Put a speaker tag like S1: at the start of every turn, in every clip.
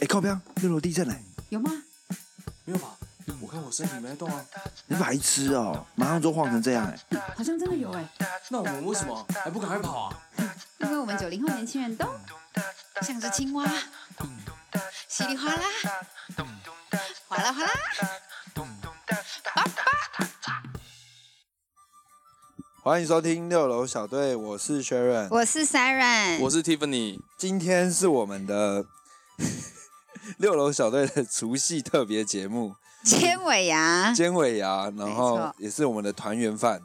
S1: 哎、靠边，六楼地震嘞、
S2: 有吗？
S3: 没有吧？我看我身体没在动啊。
S1: 你白痴哦、马上就晃成这样哎、
S2: 好像真的有哎，
S3: 那我们为什么还不赶快跑啊？
S2: 因为我们九零后年轻人都像只青蛙，稀里哗啦，哗啦哗啦。
S4: 欢迎收听六楼小队，我是 Sharon，
S2: 我是 Siren，
S3: 我是 Tiffany，
S4: 今天是我们的 六楼小队的除夕特别节目，
S2: 尖尾牙，
S4: 尖尾牙，然
S2: 没
S4: 后
S2: 错
S4: 也是我们的团圆饭。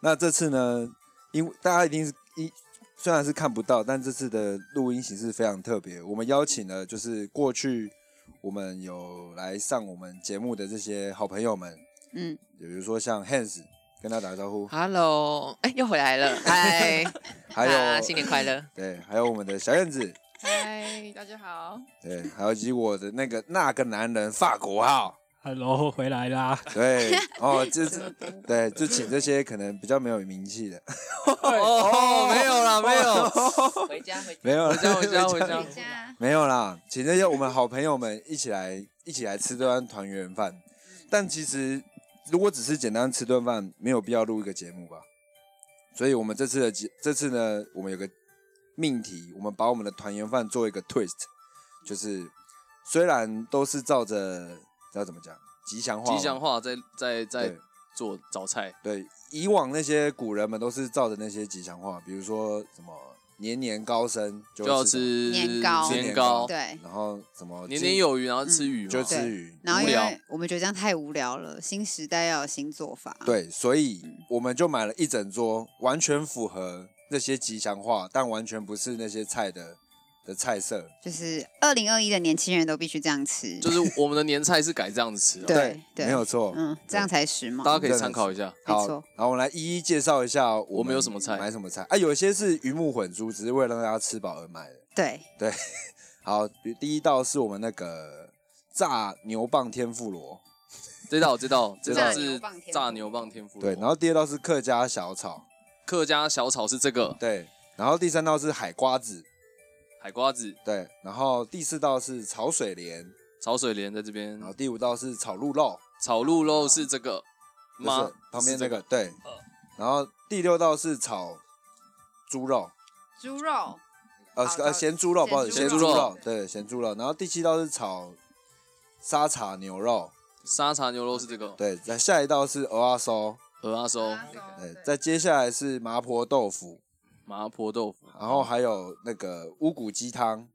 S4: 那这次呢，因为大家一定是一虽然是看不到，但这次的录音形式非常特别，我们邀请了就是过去我们有来上我们节目的这些好朋友们，
S2: 嗯，
S4: 比如说像 Hans 跟他打个招 呼，
S5: Hello，哎，又回来了，嗨，
S4: 还
S5: 啊
S4: 有
S5: 新年快乐，
S4: 对，还有我们的小燕子。
S6: 嗨，大家好。
S4: 对，还有以及我的那个那个男人法国号，
S7: Hello，回来啦！
S4: 对，哦，就是对，就请这些可能比较没有名气的，
S3: 哦，没有啦，没有，
S5: 回家回家，
S4: 没有啦，
S3: 回家回家
S2: 回家
S4: 没有啦，请这些我们好朋友们一起来一起来吃顿团圆饭。但其实如果只是简单吃顿饭，没有必要录一个节目吧。所以我们这次的节这次呢，我们有个命题，我们把我们的团圆饭做一个 twist，就是虽然都是照着要怎么讲吉祥话，
S3: 吉祥话在在在
S4: 对
S3: 做早菜，
S4: 对，以往那些古人们都是照着那些吉祥话，比如说什么年年高升就
S3: 就
S4: 会
S3: 要
S4: 的，
S3: 吃
S2: 年糕
S3: 年
S4: 好
S3: 糕，
S2: 对。
S4: 然后什么
S3: 年
S4: 金
S3: 年有余，然后吃鱼嘛，
S4: 就
S2: 对
S4: 吃鱼，
S2: 然后
S3: 无
S2: 因
S3: 聊
S2: 为我们觉得这样太无聊了，新时代要有新做法。，
S4: 对，所以
S2: 嗯
S4: 我们就买了一整桌，完全符合那些吉祥话，但完全不是那些菜的的菜色。
S2: 就是二零二一的年轻人都必须这样吃。
S3: 就是我们的年菜是改这样子吃的，
S2: 对对，
S4: 没有错。
S2: 嗯，这样才时
S3: 大家
S2: 髦。
S3: 可以参考一下。
S4: 好，
S2: 没错
S4: 然后我们来一一介绍一下我
S3: 我们有什么菜
S4: 买什么菜啊？有些是鱼目混珠，只是为了让大家吃饱而买的。
S2: 对，
S4: 好，第一道是我们那个炸牛蒡天妇罗，
S3: 这道 这道这道
S2: 炸牛
S3: 是
S2: 蒡天妇
S3: 炸
S2: 罗
S3: 牛蒡天妇罗，
S4: 对，然后第二道是客家小炒，
S3: 客家小炒是这个
S4: 对，然后第三道是海瓜子，
S3: 海瓜子
S4: 对，然后第四道是炒水莲，
S3: 炒水莲在这边
S4: 然，后第五道是炒鹿肉，
S3: 炒鹿肉是这个
S4: 就
S3: 吗
S4: 是？旁边
S3: 是这哦
S4: 那个，对，然后第六道是炒猪肉，
S6: 猪肉
S4: 呃
S6: 好
S4: 呃
S6: 炒
S4: 咸猪肉，
S6: 咸
S4: 不好意思，
S6: 猪
S4: 咸
S3: 肉
S4: 猪肉，对，咸猪肉，然后第七道是炒沙茶牛肉，
S3: 沙茶牛肉是这个，
S4: 对，再下一道是鹅阿烧，
S3: 鹅阿粥、
S2: 啊
S4: 对，哎再接下来是麻婆豆腐，
S3: 麻婆豆腐，
S4: 然后还有那个乌骨鸡汤，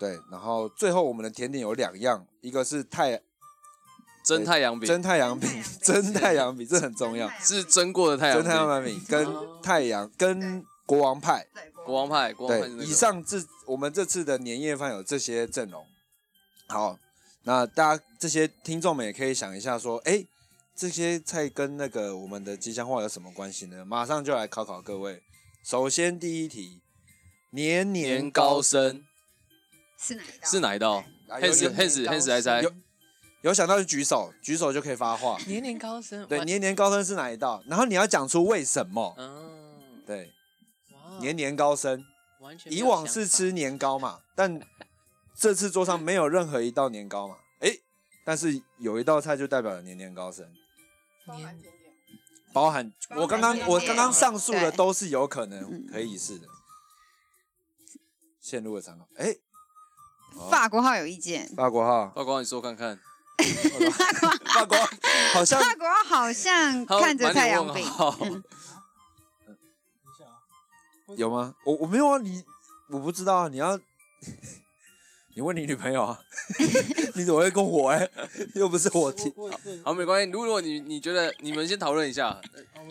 S4: 对，然后最后我们的甜点有两样，一个是太
S3: 蒸太阳饼
S4: 蒸太阳饼，蒸太阳饼这很重要，
S2: 啊
S3: 是蒸过的太阳
S4: 蒸太
S3: 饼，
S4: 阳饼哦跟太阳跟国王派，
S3: 国王派，国王派
S4: 对
S3: 是那，个
S4: 以上这我们这次的年夜饭有这些阵容。好，那大家这些听众们也可以想一下，说，哎、这些菜跟那个我们的吉祥话有什么关系呢？马上就来考考各位。首先第一题，年
S3: 年
S4: 年
S3: 糕
S4: 高升，
S3: 生
S2: 是哪一道？
S3: 是哪
S4: 啊
S3: 一道
S4: 有
S3: ？Hans
S4: 有
S3: Hans Hans 来猜
S4: 有，有想到就举手，举手就可以发话。
S5: 年年高升，
S4: 对，
S5: 哇，
S4: 年年高升是哪一道？然后你要讲出为什么？
S5: 嗯，
S4: 对，
S5: 哇
S4: 年年高升，
S5: 完全没
S4: 以
S5: 有
S4: 往
S5: 想
S4: 是
S5: 法
S4: 吃年糕嘛，但这次桌上没有任何一道年糕嘛。诶，但是有一道菜就代表了年年高升，包
S5: 年
S4: 含
S6: 包含
S4: 我刚刚
S6: 年糕
S4: 我刚刚上述的
S2: 对
S4: 都是有可能可以试的。陷入了长考。诶，
S2: 法国号有意见。
S4: 法国 号，
S3: 报告你说看看，
S4: 法国好像
S2: 法国号好像看着太阳饼，
S3: 好，
S4: 有吗？我我没有啊，你我不知道啊，你要 你问你女朋友啊， 你怎么会跟我哎、 又不是我提，
S3: 好，没关系。如果你你觉得你们先讨论一下，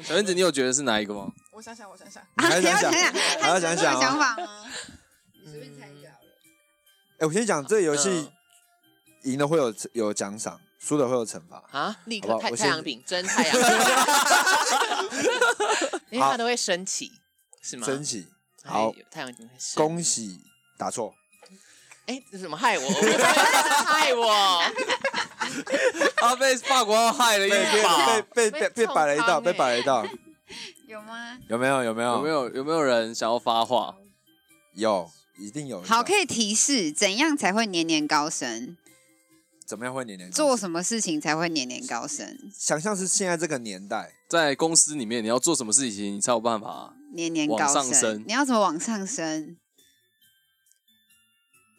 S3: 小燕子，你有觉得是哪一个吗？
S6: 我想想，我想想，
S4: 你还
S2: 啊你
S4: 想
S2: 要
S4: 想
S2: 想，想，
S4: 还要想
S2: 有
S4: 想、
S2: 想
S4: 啊。
S2: 法吗？随便猜一个好了。
S4: 哎、我先讲这个游戏
S5: 嗯，
S4: 赢的会有有奖赏，输的会有惩罚。
S5: 啊，立
S4: 好
S5: 刻
S4: 吧
S5: 太
S4: 我
S5: 太
S4: 先
S5: 阳饼，蒸太 阳饼，因为它都会升起，是吗？
S4: 升起，
S5: 哎，
S4: 好
S5: 太阳饼会升
S4: 恭喜答错。
S5: 哎，这怎么害我？我害我，
S3: 他被法国号害了一
S4: 被
S3: 把，
S4: 被被被被摆了一道，被摆了一道，
S2: 有吗？
S4: 有没有？有没有？
S3: 有没有有没有人想要发话？
S4: 有一定有人
S2: 好，
S4: 知道
S2: 可以提示怎样才会年年高升？
S4: 怎么样会年年高
S2: 做
S4: 升
S2: 什么事情才会年年高升？
S4: 想象是现在这个年代，
S3: 在公司里面你要做什么事情，你才有办法、
S2: 年年高
S3: 往上升
S2: 你要怎么往上升？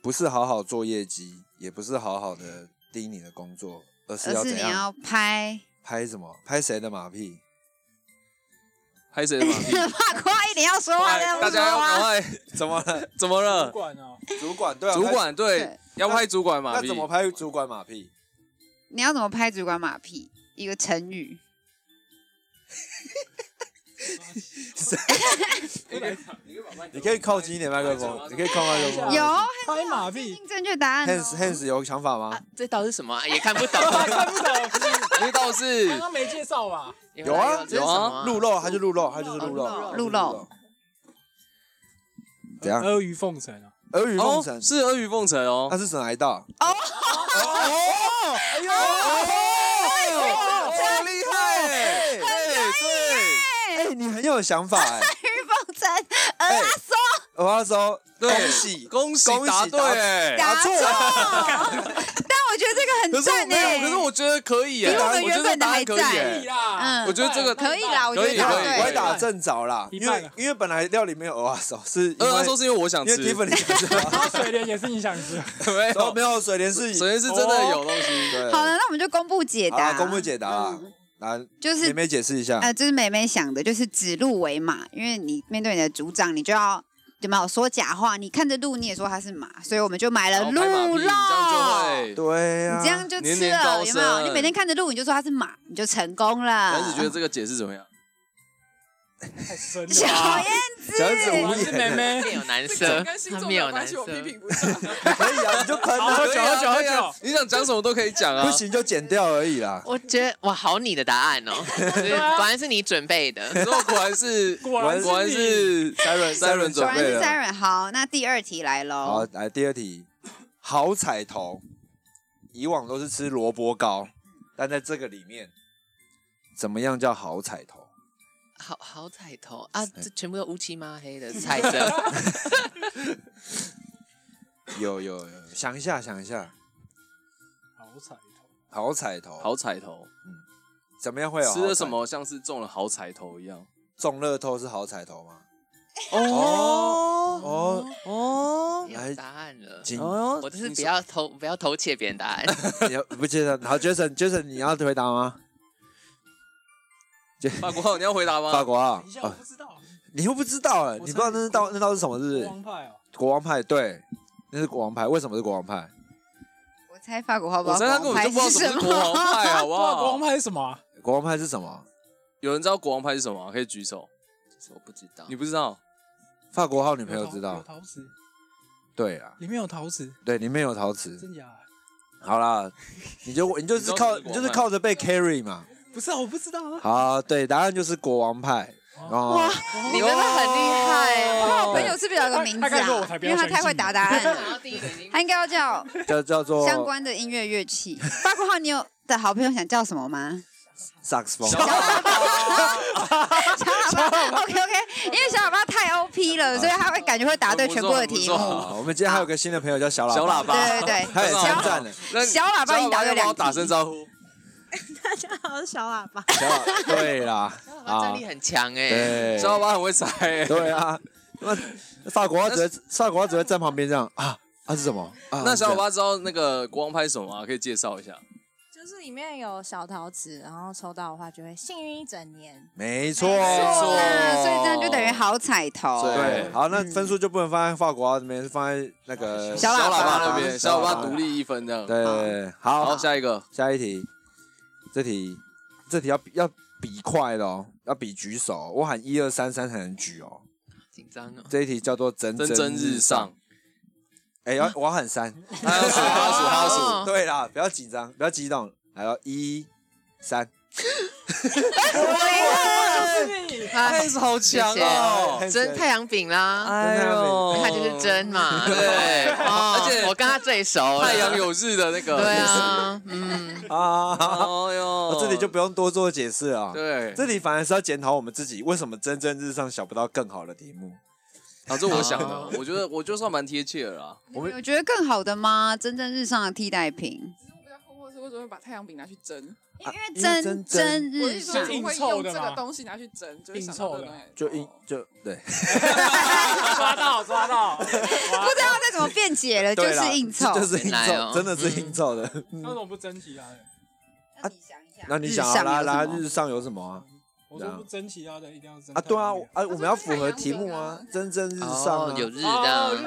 S4: 不是好好做业绩，也不是好好的盯你的工作，而是
S2: 而
S4: 要
S2: 是
S4: 怎
S2: 你
S4: 样
S2: 要拍，
S4: 拍什么？拍谁的马 屁？
S3: 拍谁的马屁？
S2: 怕 快一点要说话，
S3: 快
S2: 要不
S3: 大
S2: 说
S3: 家要
S2: 话。
S3: 赶快，
S4: 怎么了？
S3: 怎么
S7: 主
S3: 了？
S7: 管哦，
S4: 主管对啊，
S3: 主
S4: 拍
S3: 管对
S2: 对，
S3: 要拍主管马
S4: 那
S3: 屁
S4: 怎。么拍主管马屁？
S2: 你要怎么拍主管马屁？一个成语，
S4: 你可以靠近一啊点麦克风，你可以靠麦克风。
S2: 有
S7: 拍马屁，
S2: 正确答案、
S4: hands
S2: 哦。
S4: hands 有想法吗
S5: 啊？， 这道是什么啊？也看不 懂。
S7: 看不懂，
S3: 你倒 是
S7: 刚刚没介绍吧？
S4: 有啊
S5: 这是什么
S4: 鹿肉，它就鹿肉，它就是鹿肉，哦
S2: 鹿肉。
S4: 怎样？
S7: 阿谀奉承啊，
S4: 阿谀奉
S3: 哦，
S4: 承，
S3: 是阿谀奉承
S4: 它
S3: 哦。
S4: 是神来到。
S7: 哎呦，
S4: 哦，好厉害欸！
S3: 对
S4: 哎，你很有想法哎。
S2: 日风 筝，
S4: 哎，
S2: 呃
S4: 我要说，
S3: 对，
S4: 恭喜
S3: 恭喜
S4: 恭喜
S3: 答对
S4: 答
S3: 哎！
S2: 答错。但 我觉得这个
S3: 可
S2: 很
S3: 是我
S2: 赞欸
S3: 没有，
S2: 诶。
S3: 可是我觉得可以耶，欸
S2: 比我们
S3: 觉
S2: 原
S3: 得
S2: 本的
S3: 答案
S2: 还
S3: 可以欸
S2: 赞
S7: 可以
S3: 耶。
S7: 啦，
S2: 嗯
S3: 我觉得这个
S2: 可以啦，我觉
S3: 可
S2: 得
S3: 以
S2: 答
S4: 我打
S3: 可以
S4: 我
S2: 对
S4: 还
S2: 了。
S4: 打正着啦，
S7: 一
S4: 因
S7: 半
S4: 为
S7: 啊
S4: 因为本来料理没有鹅手，是因
S3: 二话
S4: 为
S3: 呃说是因为我想
S4: 因
S3: 吃，
S4: 为 Tiffany 想吃鹅啊
S7: 水莲也是你想吃，
S3: 没
S4: 然后
S3: 有
S4: 没，有水莲是哦
S3: 首先是真的有东西。
S4: 对
S2: 好了，那我们就公布解
S4: 好
S2: 答。嗯
S4: 啦公布解答啦，来
S2: 就是
S4: 妹妹解释一下，
S2: 呃，就是美美想的，就是指鹿为马，因为你面对你的组长，你就要有没有说假话？你看着鹿，你也说它是马，所以我们就买了
S3: 然后
S2: 鹿
S3: 拍马屁
S2: 肉，
S3: 这样就会。
S4: 对啊呀，
S2: 你这样就
S3: 年
S2: 吃
S3: 年高
S2: 了，有没有？
S3: 升
S2: 你每天看着鹿，你就说它是马，你就成功了。
S3: 男子觉得这个解释怎么样？
S7: 太深
S2: 小
S7: 了啊。
S2: 燕
S4: 小燕子
S7: 我
S4: 无
S7: 还是
S4: 言
S7: 妹
S4: 欸，
S7: 妹
S5: 这，有男
S6: 这个
S5: 色
S6: 跟，星
S5: 他
S6: 座
S5: 没
S6: 没
S5: 有
S6: 有
S5: 男
S6: 关系，
S5: 色
S6: 我。批评不上。
S4: 可以啊，你就喷啊
S7: 好，
S3: 可以啊
S7: 九九
S3: 可以啊
S7: 九
S3: 你想讲什么都可以讲啊
S4: 不。行就剪掉而已啦。
S5: 我觉得哇，好你的答案哦，就是
S7: 啊
S5: 果然是你准备的。
S3: 之后果然是
S7: 果然是
S3: 果然是
S4: Siren
S3: Siren
S2: 果
S3: 准
S2: 然
S3: 备
S2: 是
S3: 了。
S2: Siren。好，那第二题来
S4: 好
S2: 喽，。
S4: 来第二题，好彩头，以往都是吃萝卜糕，但在这个里面，怎么样叫好彩头？
S5: 好好彩头啊，这全部都乌漆抹黑的彩色。
S4: 有有有，想一下想一下，
S7: 好彩头，
S4: 好彩头，
S3: 好彩头，啊
S4: 怎么样会有
S3: 吃
S4: 好彩
S3: 了什么像是中了好彩头一样。
S4: 中乐透是好彩头吗？
S3: 哦
S4: 哦，
S3: 哦
S5: 有答案了，
S4: 哎金，
S5: 我就是不要偷，不要偷窃别人答案。
S4: 你要不记得？好，Jason，Jason，你要回答吗？
S3: 法国号，你要回答吗？
S4: 法国啊
S7: 等一下，我
S4: 哦
S7: 不知道，
S4: 你又不知道
S7: 我
S4: 哎，你不知道那是道那道是什么，是不是？
S7: 王派哦，
S4: 国王派对，那是国王派。为什么是国王派？
S2: 我猜法国好不
S3: 我
S2: 好？
S3: 猜他根本就不知道什么是国王派，好不
S7: 哇，国王
S3: 好？
S7: 派是什么啊？
S4: 国王派是什么？
S3: 有人知道国王派是什么？可以举手。
S5: 我不知道
S3: 你，不知道？
S4: 法国号女
S7: 有
S4: 朋友
S7: 桃
S4: 知
S7: 有
S4: 道？
S7: 陶瓷，
S4: 对啊，
S7: 里面有陶瓷，
S4: 对，里面有陶瓷。
S7: 真假的？
S4: 好啦，你就你就是靠
S3: 你知道是国王派
S4: 你就是靠着被 carry 嘛。
S7: 不是啊，我不知道啊。
S4: 好，对，答案就是国王派。哦，
S5: 你真的很厉害。
S3: 哦
S2: 我朋友是不是有个名字
S7: 哦他他该说我
S2: 啊
S7: 才？不
S2: 因
S7: 要
S2: 为他太会答答案了，
S5: 后第一个 已经
S2: 他应该要叫
S4: 叫叫做
S2: 相关的音乐乐器。法国号，你有的好朋友想叫什么吗？
S4: 萨克斯风。
S2: 小喇叭，OK OK，因为小喇叭太 OP 了，所以他会感觉会答对全部的题
S3: 不错不
S2: 目。
S3: 错
S4: 哦好，我们今天还有个新的朋友叫小
S3: 哦小
S4: 喇
S3: 喇
S4: 叭，
S3: 叭
S2: 对对
S4: 他也
S3: 小
S4: 参战了。
S3: 那
S2: 小喇叭已经答对
S3: 小喇叭要不
S2: 两
S3: 要
S2: 题
S3: 打声招呼。
S8: 大家好，我是小喇叭。
S4: 小喇对 啦，
S5: 哇战力很强哎，
S4: 对，
S3: 小喇叭很会猜欸。
S4: 对啊，那法国只会法国只会站旁边这样啊啊是什么？啊
S3: 那小喇叭知道那个国王派是什么吗？可以介绍一下。
S8: 就是里面有小陶瓷，然后抽到的话就会幸运一整年。
S4: 没错，
S3: 错嗯
S2: 那所以这样就等于好彩头。
S4: 对，
S3: 对
S4: 好，那分数就不能放在法国这边，是放在那个
S2: 小喇叭
S3: 那边，小喇叭独。立一分这样。
S4: 对对，对
S3: 好，
S4: 好，下
S3: 下一个
S4: 下一题，这题这题要要比快的哦，要比举手，我喊一二三三才能举哦。
S5: 紧张哦。
S4: 这一题叫做蒸
S3: 蒸蒸日上，，哎
S4: 哎，要我要喊三，
S3: 他要数，他要数，他要数。
S5: 哦
S4: 对啦，不要紧张，不要激动，来到一三，
S5: 哎，
S3: 是好强
S4: 谢
S3: 哦！
S4: 谢
S5: 蒸太阳饼啦，
S4: 哎呦
S5: 他就是蒸嘛。
S3: 对，
S5: 哦
S3: 而且
S5: 我跟他最熟了。
S3: 太阳有日的那个，
S5: 对，啊，嗯，
S4: 啊，
S3: 哎呦
S4: 哦，这里就不用多做解释啊。
S3: 对，
S4: 这里反而是要检讨我们自己，为什么蒸蒸日上想不到更好的题目？
S3: 啊，这我想的，我觉得我就算蛮贴切的啦。
S4: 我们
S2: 有觉得更好的吗？蒸蒸日上的替代品，啊
S6: 只是我比较困惑是为什么会把太阳饼拿去蒸？
S2: 因为
S4: 因为
S2: 蒸
S4: 蒸
S2: 蒸
S6: 我
S2: 日
S6: 是说
S2: 上
S6: 怎么啊会
S7: 硬凑
S6: 用
S7: 的
S6: 这
S7: 嘛
S6: 个东西拿去蒸？就是想到这个东西
S4: 就一
S6: 哦
S4: 就对，
S7: 抓到抓 到，
S2: 不知道再怎么辩解了，就
S4: 对啦
S2: 是硬凑。
S4: 就是硬
S5: 原来哦
S4: 凑，真的是硬凑的。
S7: 那种不争奇啊的。
S2: 那你想一下日
S4: 那你想啊，
S2: 上
S4: 啦
S2: 有
S4: 啦
S2: 什么
S4: 日上有什么啊？
S7: 我说不争奇啊的，一定要争
S4: 啊，对啊，
S7: 哦
S4: 啊，我们要符合题目啊，蒸蒸日上
S5: 哦
S4: 啊，
S5: 有日
S7: 日
S5: 的啊，
S7: 哦，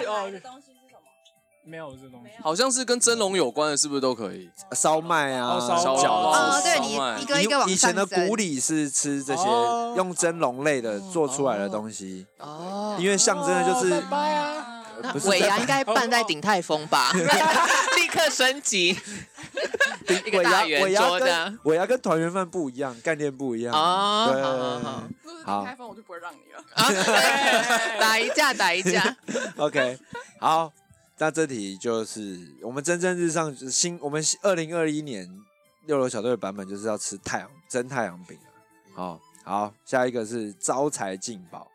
S7: 没有这东西，
S3: 好像是跟蒸笼有关的，是不是都可以？
S4: 烧麦啊，
S7: 哦烧
S4: 饺
S7: 麦
S2: 哦，
S4: 子。
S2: 对
S3: 烧麦
S2: 你一个一个往
S4: 以以
S2: 上
S4: 前的
S2: 升。
S4: 古礼是吃这些
S7: 哦
S4: 用蒸笼类的做出来的东西，
S5: 哦，
S4: 因为象征的就是
S7: 拜拜啊，
S5: 那
S4: 不是
S5: 尾牙应该办在鼎泰丰吧？ 立刻升级，一个
S4: 尾牙
S5: 大圆
S4: 尾牙
S5: 桌这样
S4: 跟。尾牙跟团圆饭不一样，概念不一样。
S5: 哦
S4: 对
S5: 好好好
S6: 如果是
S4: 好
S6: 开封，我就不会让你了。
S5: 啊，对打一架，打一架，
S4: OK，好，那这题就是我们蒸蒸日上就是新，我们二零二一年六楼小队的版本就是要吃太阳蒸太阳饼啊好好，下一个是招财进宝。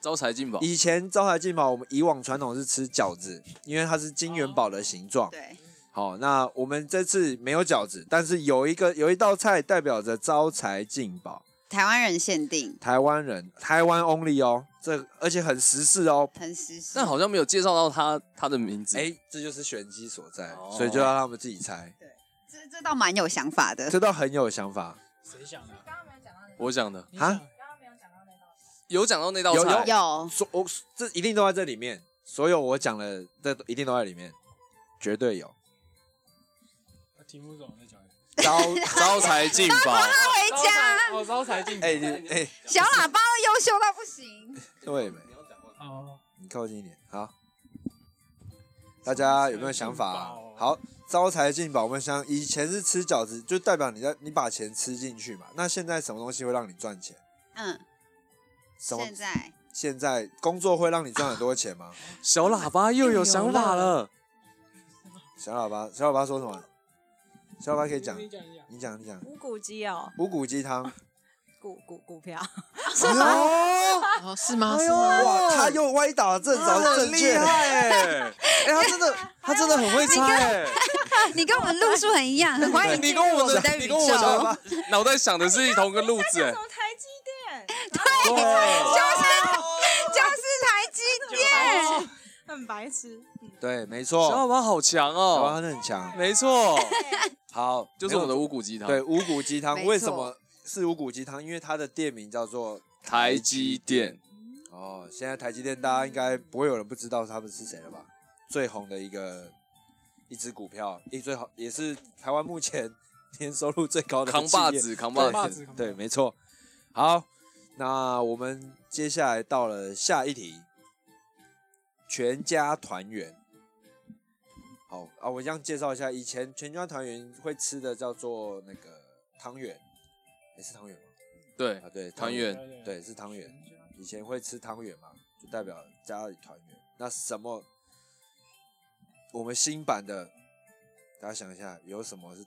S3: 招财进宝，
S4: 以前招财进宝，我们以往传统是吃饺子，因为它是金元宝的形状。
S2: 对，
S4: 好，那我们这次没有饺子，但是有一个有一道菜代表着招财进宝，
S2: 台湾人限定，
S4: 台湾人台湾 only 哦，这而且很时事哦。
S2: 很实时。
S3: 但好像没有介绍到他他的名字。
S4: 哎、这就是玄机所在，
S3: 哦
S4: 所以就让他们自己猜。
S2: 这这倒蛮有想法的。
S4: 这倒很有想法，
S7: 谁想的？
S3: 我讲的
S7: 你想
S4: 啊
S3: 有讲到那道
S4: 有
S3: 菜，
S2: 有
S4: 所我这一定都在这里面，所有我讲的这一定都在里面，绝对有。
S7: 啊题目是什么？再讲一遍。
S4: 招
S3: 招财进 宝，
S2: 回家，
S7: 哦，招财进宝。
S4: 哎你哎，
S2: 小喇叭都优秀到不行。
S4: 对没？
S7: 哦，
S4: 你靠近一点，好。大家有没有想法、啊
S7: 招财进？宝
S4: 好，招财进宝，我们想以前是吃饺子，就代表你在你把钱吃进去嘛。那现在什么东西会让你赚钱？
S2: 嗯，
S4: 什么
S2: 现？在
S4: 现在工作会让你赚很多钱吗？
S3: 小喇叭又有想法了。
S4: 小喇叭，小喇叭说什么？小喇叭可以讲，
S7: 你讲一讲。
S4: 你讲，你讲。
S8: 五谷鸡哦，
S4: 五谷鸡汤，
S8: 股股股票，
S4: 哦，
S5: 哦，是吗？
S3: 哎
S5: 是
S2: 嗯
S5: 吗？
S3: 哦
S4: 哇，他又歪打正着，正确，
S3: 害哎！
S4: 哎，他真 的，他真的很会猜哎，
S2: 啊你跟我们路数很一样，很欢迎
S3: 哎你
S2: 进
S3: 跟
S2: 入
S3: 我
S2: 们的
S3: 的，
S2: 宇
S3: 你跟我想
S2: 宙。
S3: 的脑袋想的是同个路 子哎。
S8: 台积电，
S2: 对，就是 就是台积电。
S8: 很白 痴。
S4: 对，没
S3: 小
S4: 错，
S3: 喇叭好强
S4: 小喇叭
S3: 哦，
S4: 真的很强。
S3: 没错，
S4: 好，
S3: 就是我的啊
S4: 没
S3: 五谷鸡
S4: 有
S3: 汤。
S4: 对，五谷鸡汤
S2: 没，错
S4: 为什么是五谷鸡汤？因为它的店名叫做
S3: 台积电，
S4: 哦，现在台积电大家应该不会有人不知道他们是谁了吧？最红的一个一只股票，一最好也是台湾目前年收入最高的
S3: 扛
S4: 企业
S3: 把子，扛把
S4: 对
S7: 扛把
S3: 子。
S7: 子扛把子
S4: 对，没错。好，那我们接下来到了下一题，全家团圆。好啊，我这样介绍一下，以前全家团圆会吃的叫做那个汤圆，也、是汤圆吗？
S3: 对
S4: 啊，，对，
S3: 团圆
S4: 对，是汤圆。以前会吃汤圆嘛，就代表家里团圆。那什么？我们新版的，大家想一下，有什么是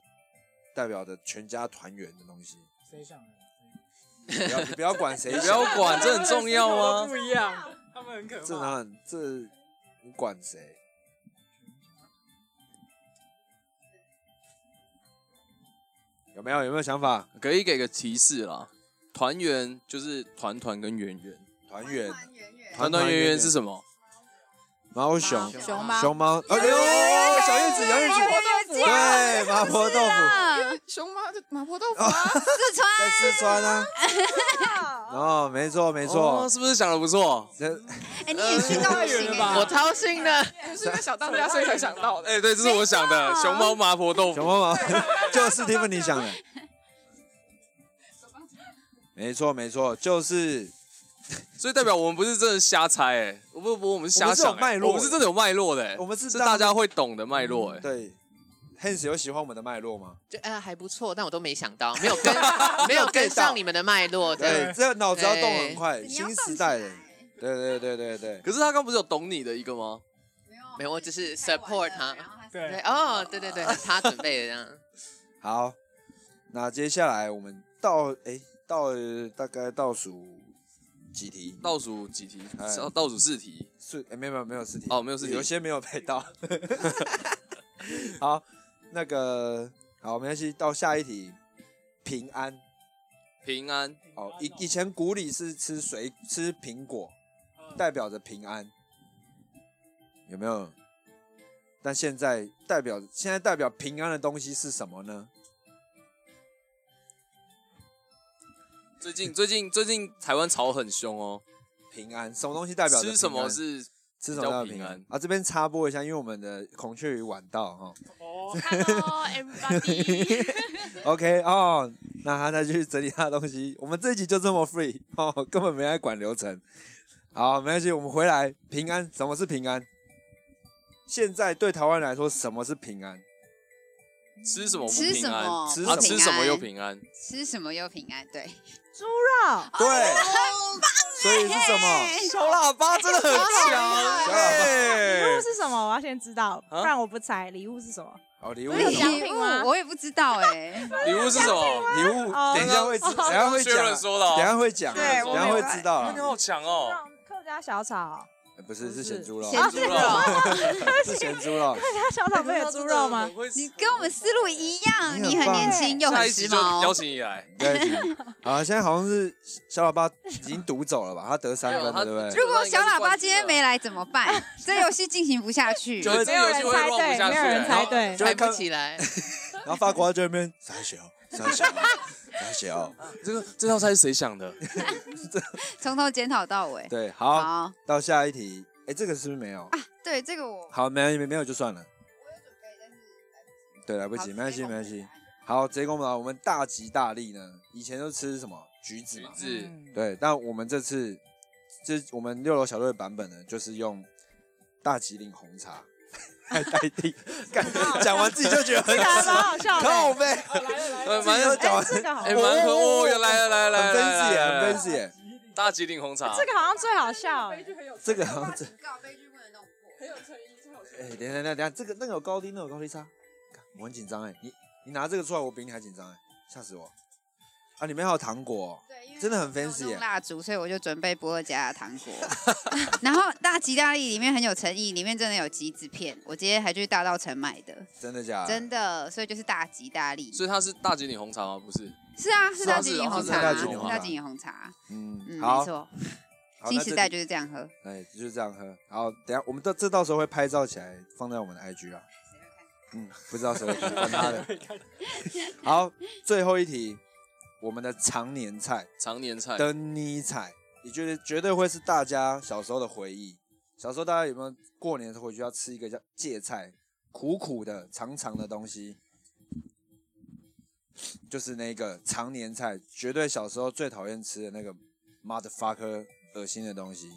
S4: 代表的全家团圆的东西？
S7: 谁想啊的？
S4: 不要你不要管谁
S3: 你
S4: 想，
S3: 不要管，这很重要
S7: 啊，
S3: 吗？
S7: 不一样，他们很可
S4: 这
S7: 怕。
S4: 哪很这你管谁？有没有有没有想法？
S3: 可以给个提示啦，团圆就是团团跟圆圆，
S4: 团圆
S3: 团团圆圆是什么？
S4: 猫熊
S8: 熊猫哎
S4: 熊猫，哎呦，小叶子小
S2: 哎
S4: 叶子，对麻婆豆腐。
S2: 嗯，
S6: 熊猫就麻婆豆腐啊，
S2: 四川
S4: 在四川啊。哦，没错没
S3: 没
S4: 错，
S3: 是不是想的不错？
S4: 这
S2: 哎，你也去到不行
S7: 了
S2: 哎
S7: 吧
S5: 我超信的，
S6: 不是因为小当家所以才想到的。啊
S3: 哎，对，这是我想的，熊猫麻婆豆
S4: 熊
S3: 腐。
S4: 猫毛就是蒂芬尼想的。没错没错，就是
S3: 所以代表我们不是真的瞎猜，哎，不不不，我们是瞎想，
S4: 我们是有脉络
S3: 哎我们是真的有脉络的，哎
S4: 我们是
S3: 是
S4: 大
S3: 大家会懂的脉络，哎，
S4: 对。Hans 有喜欢我们的脉络吗？
S5: 就呃还不错，但我都没想到，没有跟 没有跟上你们的脉络，
S4: 对，
S5: 对，
S4: 哎这个脑子要动
S5: 对
S4: 很快，
S2: 你要
S4: 新
S2: 动
S4: 时
S2: 起
S4: 代
S2: 来
S4: 的。对对对对对，
S3: 可是他刚不是有懂你的一个吗？
S5: 没有我只是 support 他
S2: 然后
S7: 对啊
S5: 对，哦，对对对，他准备的这样，
S4: 好，那接下来我们到哎、到了大概倒数几题，
S3: 倒数几题
S4: 哎，
S3: 倒倒数四题，
S4: 是、诶没有没有没有四题
S3: 哦没有四题
S4: 有些没有配到。 好，那个好，没关系，到下一题，平安。
S3: 平安
S4: 哦，以以前古礼是吃水吃苹果，代表着平安，有没有？但现在代表现在代表平安的东西是什么呢？
S3: 最 近最近最近台湾吵很凶哦，
S4: 平安，什么东西代表着
S3: 吃什
S4: 平
S3: 么
S4: 安
S3: 是
S4: 吃什么代表
S3: 比
S4: 平
S3: 较平
S4: 安
S3: 安
S4: 啊？这边插播一下，因为我们的孔雀鱼晚到哈、
S7: 哦，
S5: Hello everybody，
S4: OK 哦，那他再去整理他的东西。我们这一集就这么 free 哦，根本没来管流程。好，没关系，我们回来平安。什么是平安？现在对台湾人来说，什么是平安？
S8: 哦
S3: 吃什么不
S2: 吃
S3: 平
S2: 什
S3: 安，
S2: 么
S4: 吃
S2: 不
S4: 什
S3: 啊
S4: 么
S3: 吃什么又平安，
S2: 吃什么又平安？对，
S8: 猪肉，
S4: 对，所以是什么？
S3: 小喇叭真的很
S4: 小
S3: 强
S4: 喇叭
S8: 啊礼
S4: 哎
S8: 物是什么？我要先知道，
S3: 啊
S8: 不然我不猜礼物是什么。
S4: 哦，礼物
S8: 没有
S4: 是什么
S8: 奖品吗
S2: 我也不知道哎，
S3: 礼物是什么？
S4: 礼物，等一下会知，等一下会讲啊，
S3: 说的
S4: 等一
S3: 哦，
S4: 下会讲啊，
S8: 哦对
S4: 等
S8: 我
S4: 一下会知道
S3: 哇
S4: 啊
S3: 你。好强哦，
S8: 客家小炒，
S4: 哎不是，是
S8: 不是
S4: 咸猪肉，
S2: 咸猪肉，
S4: 是咸猪肉。啊
S8: 客家小炒不是有猪肉吗？？
S2: 你跟我们思路一样，
S4: 你
S2: 你
S4: 很
S2: 很
S4: 棒
S2: 年轻又
S3: 下
S2: 很
S3: 一集
S2: 时
S3: 就
S2: 髦。
S3: 邀请你来，
S4: 对不起好，现在好像是小喇叭已经独走了吧？他得三分
S3: 没有他
S4: 了，对不对？
S3: 就
S2: 如果小喇叭今天没来怎么办？ 这游戏进行不下去。
S3: 就这
S8: 没有
S3: 个游
S8: 人
S3: 戏会 run
S8: 猜
S3: 不
S8: 对，
S3: 下
S8: 没
S3: 去，
S8: 有人猜
S3: 哎
S8: 对。
S4: 就会
S5: 抬
S4: 看
S5: 不起来，
S4: 然后法国在这边傻小傻小傻 小，
S3: 这个这道菜是谁想的？
S2: 从头检讨到尾。
S4: 对，好，
S2: 好，
S4: 到下一题。哎，这个是不是没有？
S8: 啊
S2: 对这个我
S4: 好，没有没没有就算了。对，来不及，没关系，没关系。。好，直接公布了。我们大吉大利呢，以前都吃什么橘子
S3: 橘
S4: 嘛，
S8: 嗯
S3: 子
S4: 对，但我们这次，这我们六楼小队的版本呢，就是用大吉岭红 茶来代替。干讲完自己就觉得很
S8: 这个还蛮好笑的。哦
S4: 靠呗，
S3: 呃，
S4: 自己
S3: 蛮
S4: 就讲
S8: 哎，
S4: 完，
S8: 这个好，
S3: 哎蛮可哦，又来了来了
S4: 很
S3: 来
S4: 分
S3: 了
S4: 析耶，
S3: 来
S4: 很分
S3: 了，
S4: 析耶。
S3: 大吉岭红茶，
S8: 这个好像最好笑哎。
S4: 这个好像这，
S2: 悲剧不能弄破。
S6: 很有诚意，最好吃
S4: 哎，等一下等一下等一下，这个那个有高低，那个有高低差，干我很紧张哎，你你拿这个出来，我比你还紧张哎，吓死我！啊，里面还有糖果哦，真的很 fancy 耶。
S2: 蜡烛，所以我就准备不二家的糖 果。然后大吉大利里面很有诚意，里面真的有橘子片，我今天还去大稻城买的，
S4: 真的假的？
S2: 真的，所以就是大吉大利。
S3: 所以它是大吉岭红茶吗？不是，
S2: 是啊，是大吉岭红茶，
S4: 是啊是啊是啊
S2: 大吉岭红茶，
S4: 嗯，
S2: 嗯，
S4: 好
S2: 没，错，
S4: 好
S2: 新
S4: 那
S2: 时
S4: 这
S2: 代就是这样 喝。
S4: 哎，就是这样喝。好，等一下我们到这到时候会拍照起来放在我们的 IG 啦。嗯，不知道谁会看，管他的。好，最后一题，我们的常年菜
S3: 常年
S5: 哎
S3: 菜，
S4: 灯泥菜，你觉得绝对会是大家小时候的回忆。小时候大家有没有过年的时候回去要吃一个叫芥菜，苦苦的、长长的东西？就是那个常年菜，绝对小时候最讨厌吃的那个 motherfucker 恶心的东西。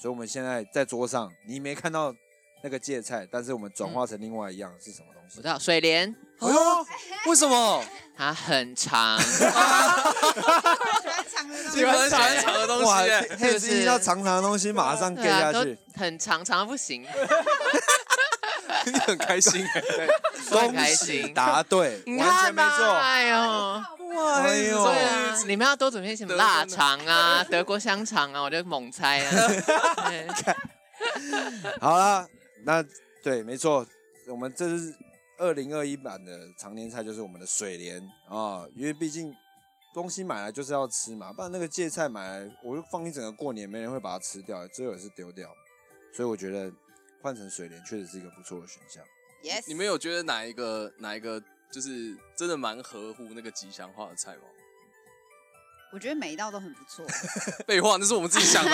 S4: 所以我们现在在桌上，你没看到那个芥菜，但是我们转化成另外一样、是什么东
S5: 我
S4: 西
S5: 知？道水莲
S3: 哦，为什么？
S5: 它很 长，
S2: 喜欢长的
S3: 你们很喜欢长的东西
S4: 哇，
S3: 耶，
S4: 黑
S5: 就是
S4: 吃一到长长的东西，马上给
S5: 对啊，
S4: 下
S5: 都
S4: 去，
S5: 很长，长到不行，
S3: 你 很开心 耶，
S5: 都很
S4: 恭
S5: 开
S4: 喜
S5: 心
S4: 答对，
S5: 你
S4: 完
S5: 看
S4: 全没
S5: 吧，
S4: 错。
S5: 哎呦。
S4: 哇哎呦
S5: 对啊，你们要多准备什么
S3: 德国的
S5: 腊肠啊、 德国香肠啊，我就猛猜 啊。对
S4: 好啦，那对，没错，我们这是二零二一版的常年菜，就是我们的水莲啊、因为毕竟东西买来就是要吃嘛，不然那个芥菜买来，我就放一整个过年，没人会把它吃掉，最后也是丢掉。所以我觉得换成水莲确实是一个不错的选项。
S2: Yes，
S3: 你们有觉得哪一个哪一个就是真的蛮合乎那个吉祥话的菜 吗？
S2: 我觉得每一道都很不错。
S3: 废话，那是我们自己想的。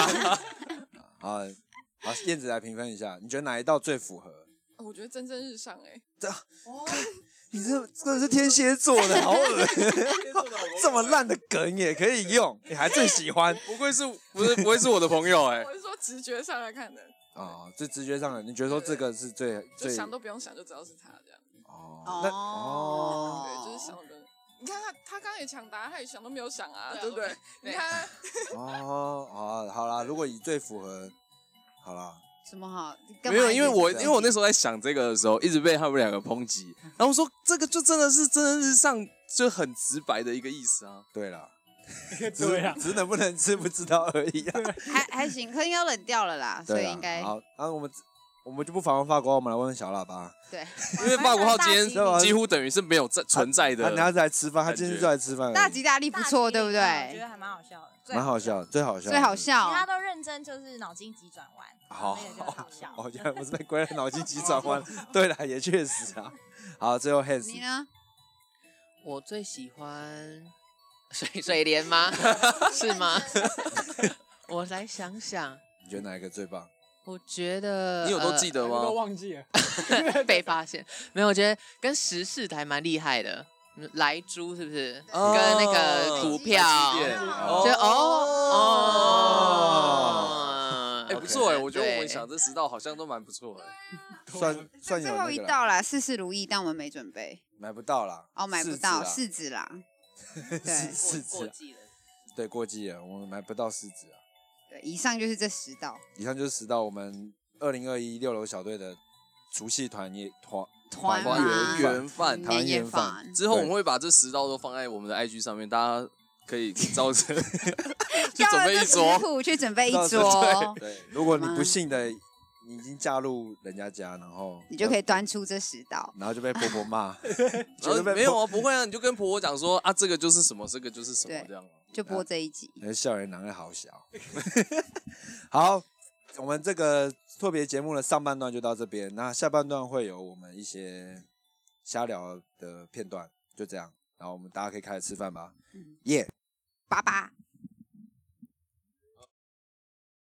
S4: 啊，好，燕子来评分一下，你觉得哪一道最符合？
S6: 哦我觉得蒸蒸日上哎，
S4: 你这真的是天蝎座的，好恶心，这么烂的梗也可以用，你还最喜欢
S3: 不愧是不是不会是我的朋友哎、
S6: 我是说直觉上来看的，
S4: 啊？这、直觉上的，你觉得说这个是最
S6: 就
S4: 最
S6: 想都不用想就知道是他这样。
S4: 哦，那哦，
S6: 对，就是想的。你看他，他刚刚也抢答，他也想都没有想啊，对不对？你
S5: 对
S6: 看，啊
S4: 哦，好，好啦，如果以最符合，好啦，
S2: 什么好？
S3: 没有，因为我
S4: 这
S3: 因
S4: 样
S3: 为我那时候在想这个的时候，一直被他们两个抨
S4: 哦
S3: 击，然后我说这个就真的是真的是上就很直白的一个意思啊。
S4: 对啦，只 是
S7: 对啊
S4: 只是能不能吃不知道而已啊。
S2: 还还行，可应该冷掉了啦，所
S4: 对
S2: 以
S4: 啊
S2: 应该
S4: 好，那、我们我们就不访问法国，我们来问问小喇叭。
S2: 对。
S3: 因为法国号今天
S8: 大吉
S3: 几乎等于是没有在存在
S4: 他他
S3: 的，
S4: 是来吃饭，他
S3: 感觉
S4: 今天就来吃饭而已，
S2: 大吉大利不错，对不
S8: 嗯我觉
S2: 对？
S8: 得还蛮好笑的，最
S4: 蛮好笑的，最好笑，
S2: 最好。
S8: 其
S2: 笑，哦
S8: 他都认真，就是脑筋急转弯，
S4: 好
S8: 那个就是好笑。
S4: 哦，原来不是被归类脑筋急转弯。对了，也确实啊。好，最后 hands，
S2: 你呢？
S5: 我最喜欢水 水莲吗？ 是吗？我来想想，
S4: 你觉得哪一个最棒？
S5: 我觉得
S3: 你有都记
S5: 得、
S3: 得
S7: 我都
S3: 吗？
S7: 忘记了。
S5: 呃、被发现没有？我觉得跟时事的还蛮厉害的，嗯莱猪是不是？
S3: 哦
S5: 跟那个股票，
S3: 对
S5: 就
S3: 哦
S5: 哦哦，
S3: 哎，不错哎，我觉得我们想这十道好像都蛮不错的。啊
S4: 算算有
S2: 最后
S4: 那
S2: 一
S4: 个啦
S2: 道啦，事事如意，但我们没准备
S4: 买不到啦，
S2: 哦，买不
S4: 柿子
S2: 到
S4: 啦
S2: 柿子
S3: 啊
S2: 啦。
S4: 柿
S3: 哎
S2: 对
S4: 柿子
S5: 过过
S4: 啊，
S5: 季了。
S4: 对，过季了，我们买不到柿子啊。
S2: 对，以上就是这十道。
S4: 以上就是十道我们二零二一六楼小队的除夕团夜团
S2: 团
S3: 团
S2: 嘛
S3: 圆圆饭
S4: 团
S2: 年夜
S4: 圆饭
S2: 饭，
S3: 之后我们会把这十道都放在我们的 IG 上面，大家可以 照着去准备一
S2: 到了这食
S3: 桌。
S2: 谱去准 备一
S4: 到
S2: 桌，哦嗯
S4: 对，如果你
S2: 好吗
S4: 不幸的你已经嫁入人家家，然后
S2: 你就可以，端出这十道。
S4: 然后就被婆婆 骂，
S3: 然
S4: 绝
S3: 后
S4: 对被
S3: 没有
S4: 婆，
S3: 啊，不会啊，你就跟婆婆讲说啊，这个就是什么，这个就是什么
S2: 对
S3: 这样。啊
S2: 就播这一集。
S4: 你的笑脸囊也好小。 好，我们这个特别节目的上半段就到这边，那下半段会有我们一些瞎聊的片段，就这样。然后我们大家可以开始吃饭吧，耶、
S2: 爸爸。